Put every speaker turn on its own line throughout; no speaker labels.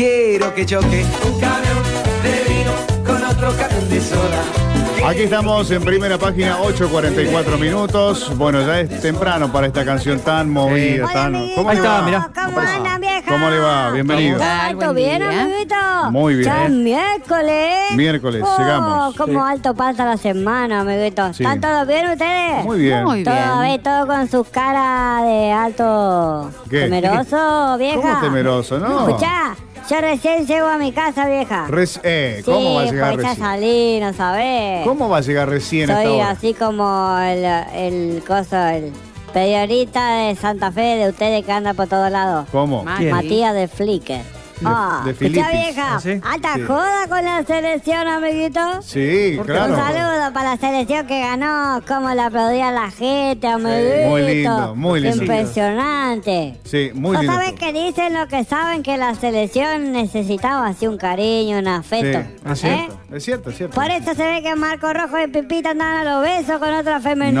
quiero que choque un camión de vino con otro camión de soda.
Aquí estamos en primera página, 8.44 minutos. Bueno, ya es temprano para esta canción tan movida.
Hola,
tan...
amiguito.
¿Cómo le va?
¿Cómo andan, vieja?
¿Cómo le va? Bienvenido.
¿Cómo va?
Buen
¿Todo bien,
día.
amiguito?
Muy bien.
Ya es miércoles.
Miércoles,
Oh,
llegamos.
Cómo alto pasa la semana, amiguito.
Sí.
¿Están todos bien ustedes?
Muy bien.
Muy
Todo, a ver,
bien.
todo con sus caras de alto
¿Qué?
temeroso, vieja.
¿Cómo temeroso, no?
Escuchá, yo recién llego a mi casa, vieja.
Reci- eh, ¿Cómo
sí,
va a llegar
pues ya
recién?
salí, no sabés.
¿Cómo va a llegar recién a esta
Soy
hora?
así como el, el coso, el periodista de Santa Fe, de ustedes que anda por todos lados.
¿Cómo?
Ma-
¿Quién?
Matías de Flicker. Ah,
de
escuchá,
Filipis.
vieja,
¿Ah, sí?
alta
Sí.
joda con la selección, amiguito.
Sí,
¿Por qué?
claro.
Un saludo para la selección que ganó, cómo la aplaudía la gente, amiguito.
muy lindo, muy lindo.
Impresionante.
Sí, muy
¿No
lindo.
sabes
todo.
que dicen lo que saben que la selección necesitaba así un cariño, un afecto?
Sí, es
¿eh?
cierto, es cierto, es cierto.
Por eso se ve que Marco Rojo y Pipita andan a los besos con otra femenina.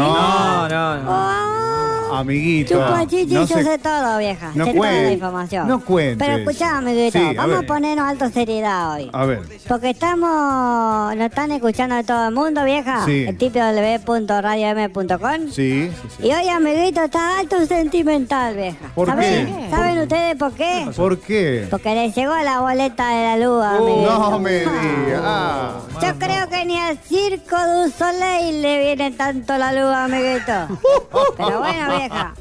No,
No,
no, no.
Oh,
Amiguito.
chupa chichi,
no
yo
se-
sé todo, vieja.
no
sé toda la
cuen-
información.
no cuentes.
Pero escuchá, amiguito,
Sí, a
vamos a,
ver.
ponernos alto seriedad hoy.
A ver,
Porque estamos, nos están escuchando de todo el mundo, vieja.
Sí.
El www.radiom.com.
sí, sí, sí.
Y hoy, amiguito, está alto sentimental, vieja.
¿Por
¿Saben,
qué?
¿Saben ustedes por qué?
¿Por qué?
Porque le llegó la boleta de la luz, amiguito.
Uh, No me digas. Ah.
Yo creo que ni al circo du Soleil le viene tanto la luz, amiguito. Pero bueno, vieja.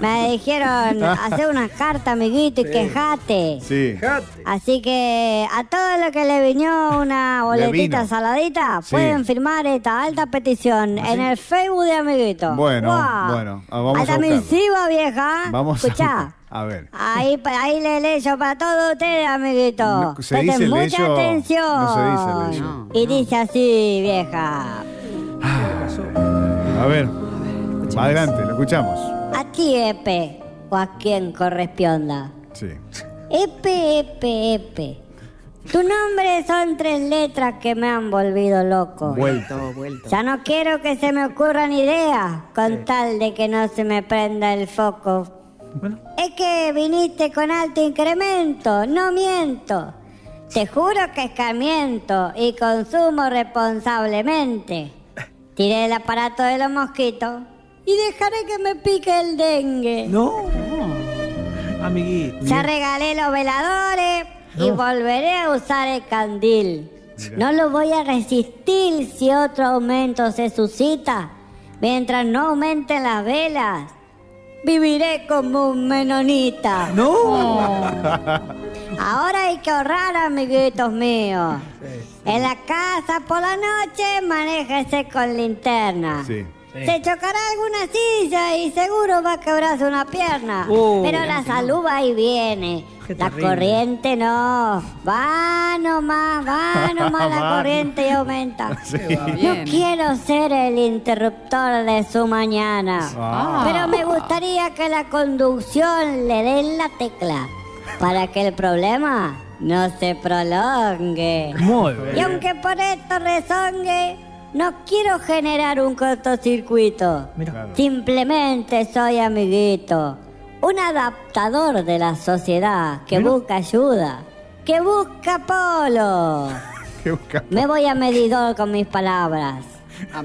Me dijeron hacer unas cartas, amiguito, y quejate.
Sí.
Así que a todo lo que le vino una boletita
vino.
saladita,
Sí.
pueden firmar esta alta petición en el Facebook de amiguito.
Bueno, bueno, ah, vamos a
Alta
buscarlo.
misiva, vieja.
Vamos
Escuchá.
a... A ver.
Ahí, pa- ahí le leyo para todos ustedes, amiguito.
No, ¿se
Presten
dice
mucha
leyo?
atención.
No se dice leyo.
Y dice así, vieja.
A ver. Adelante, lo escuchamos.
A ti, Epe, o a quien corresponda.
Sí.
Epe, Epe, Epe. Tu nombre son tres letras que me han volvido loco.
Vuelto, vuelto.
Ya no quiero que se me ocurran ideas con tal de que no se me prenda el foco. Es que viniste con alto incremento, no miento. Te juro que escarmiento y consumo responsablemente. Tiré el aparato de los mosquitos y dejaré que me pique el dengue.
No. Amiguito.
Ya regalé los veladores y volveré a usar el candil. No lo voy a resistir si otro aumento se suscita. Mientras no aumenten las velas, viviré como un menonita. Oh.
No.
Ahora hay que ahorrar, amiguitos míos. En la casa por la noche, manéjese con linterna.
Sí.
Se chocará alguna silla y seguro va a quebrarse una pierna.
Uh,
Pero la salud va y viene.
Qué
La
terrible.
corriente no. Va nomás, va nomás la
Va.
corriente y aumenta. No
Bien.
quiero ser el interruptor de su mañana.
Ah.
Pero me gustaría que la conducción le dé la tecla para que el problema no se prolongue.
Muy
Y
bien.
aunque por esto rezongue, no quiero generar un cortocircuito.
Mira.
Simplemente soy amiguito, un adaptador de la sociedad que busca ayuda, que busca polo.
Qué busca-
Me voy a medidor con mis palabras,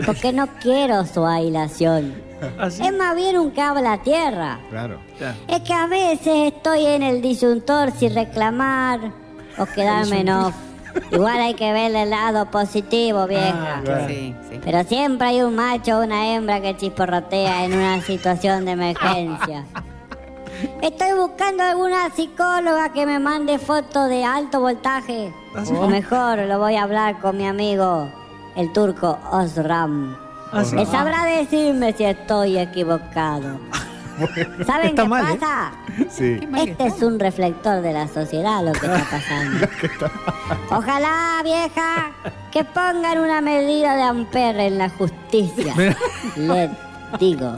porque no quiero su aislación.
Así.
Es más bien un cable a la tierra.
Claro.
Ya.
Es que a veces estoy en el disyuntor sin reclamar o quedarme en off. Igual hay que ver el lado positivo, vieja.
Sí, sí.
Pero siempre hay un macho o una hembra que chisporrotea en una situación de emergencia. Estoy buscando alguna psicóloga que me mande fotos de alto voltaje.
¿Ah,
O mejor, lo voy a hablar con mi amigo, el turco Osram.
Ah, sí.
Él sabrá decirme si estoy equivocado. ¿Saben
Está
qué
mal, ¿eh?
pasa?
Sí.
mal que
Este es un reflector de la sociedad lo que está pasando. Ojalá, vieja, que pongan una medida de ampere en la justicia. Les digo.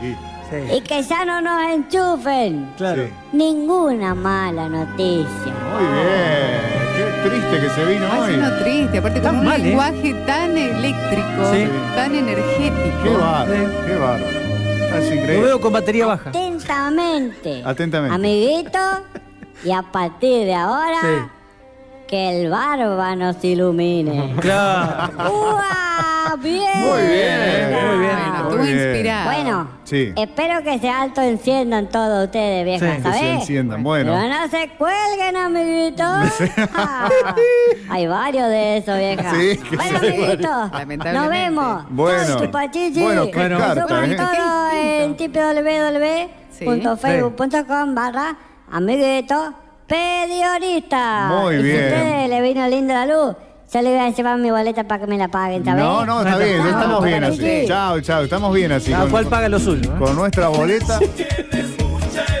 Sí.
Sí.
Y que ya no nos enchufen
Claro.
Sí.
ninguna mala noticia.
Muy bien. Qué triste que se vino
Ay,
hoy.
es uno triste, aparte con
Tan
un
mal, ¿eh?
lenguaje tan eléctrico,
Sí.
tan
Qué
energético.
bárbaro, qué bárbaro. Es
Lo
increíble.
veo con batería baja.
Atentamente.
Atentamente.
Amiguito, Y a partir de ahora, que el barba nos ilumine.
Claro.
¡Uah! ¡Bien!
Muy bien,
muy bien.
Ah,
Muy
Estuvo
bien.
inspirado.
Bueno,
Sí.
espero que se alto enciendan todos ustedes, vieja,
Sí,
Que se
¿sabés?
enciendan. Bueno.
Pero no se cuelguen, amiguitos. Ah, Hay varios de esos, vieja.
Sí, que
bueno,
sí hay
amiguitos,
varios.
nos vemos.
Bueno.
Chupachichi.
Bueno, qué
Bueno.
carta,
Suban
¿eh?
todo en www.facebook.com barra amiguitos periodistas.
Muy
Y si
bien.
a ustedes le vino linda la luz, yo le voy a llevar mi boleta para que me la paguen, ¿sabés?
No, no, está
Bueno,
bien,
no,
estamos
para
bien
que
así.
sí.
Chao, chao, estamos bien así.
Cada cual
Con,
paga lo suyo. ¿eh?
con nuestra boleta.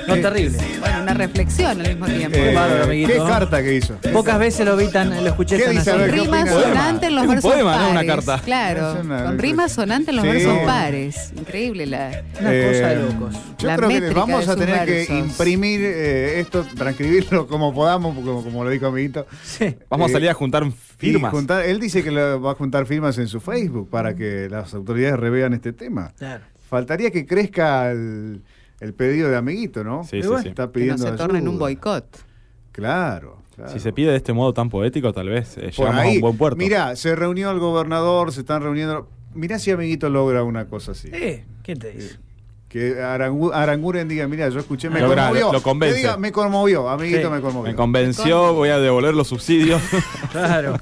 No terrible.
Bueno, una reflexión al mismo tiempo.
Eh,
bárbaro, amiguito.
¿Qué carta que hizo?
Pocas veces lo vi tan, lo escuché
¿Qué
tan
dice?
así.
A ver, ¿qué
rimas
opina?
sonantes en los
Es un
versos
poema,
pares.
¿no? Una carta.
Claro,
Es una-
con rimas sonantes en los
Sí.
versos pares. Increíble la...
Una cosa de locos.
Eh, Yo
La
creo que
métrica
vamos
de
a
sus
tener que
versos.
imprimir eh, esto, transcribirlo como podamos, como, como lo dijo amiguito.
Sí.
Vamos
Eh,
a salir a juntar firmas.
Y juntar- él dice que lo- va a juntar firmas en su Facebook para que las autoridades revean este tema.
Claro.
Faltaría que crezca el, el pedido de amiguito, ¿no?
Sí, sí,
Bueno,
sí.
Está
Que no
pidiendo
se torne en un
ayuda.
boicot.
Claro, claro.
Si se pide de este modo tan poético, tal vez eh,
Por
llegamos a
ahí,
un buen puerto.
mirá, se reunió el gobernador, se están reuniendo. Mirá si amiguito logra una cosa así.
Eh, ¿quién te dice?
Que Arangu- Aranguren diga, mira, yo escuché, me
Logra,
conmovió.
lo- lo convence.
Que diga, me conmovió, amiguito,
Sí.
me conmovió.
Me convenció, voy a devolver los subsidios.
Claro.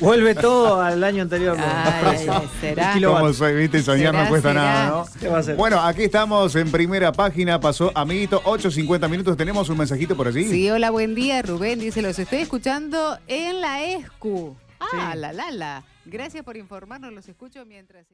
Vuelve todo al año anterior.
Ay, ay, será.
El kilovatio.
Como soy, viste, soñar
Será,
no cuesta
será.
nada, ¿no?
¿Qué va a hacer?
Bueno, aquí estamos en primera página, pasó amiguito, 8.50 minutos, tenemos un mensajito por allí.
Sí, hola, buen día, Rubén. Dice, los estoy E escuchando en la ESCU. Ah, la, la, la. Gracias por informarnos, los escucho mientras...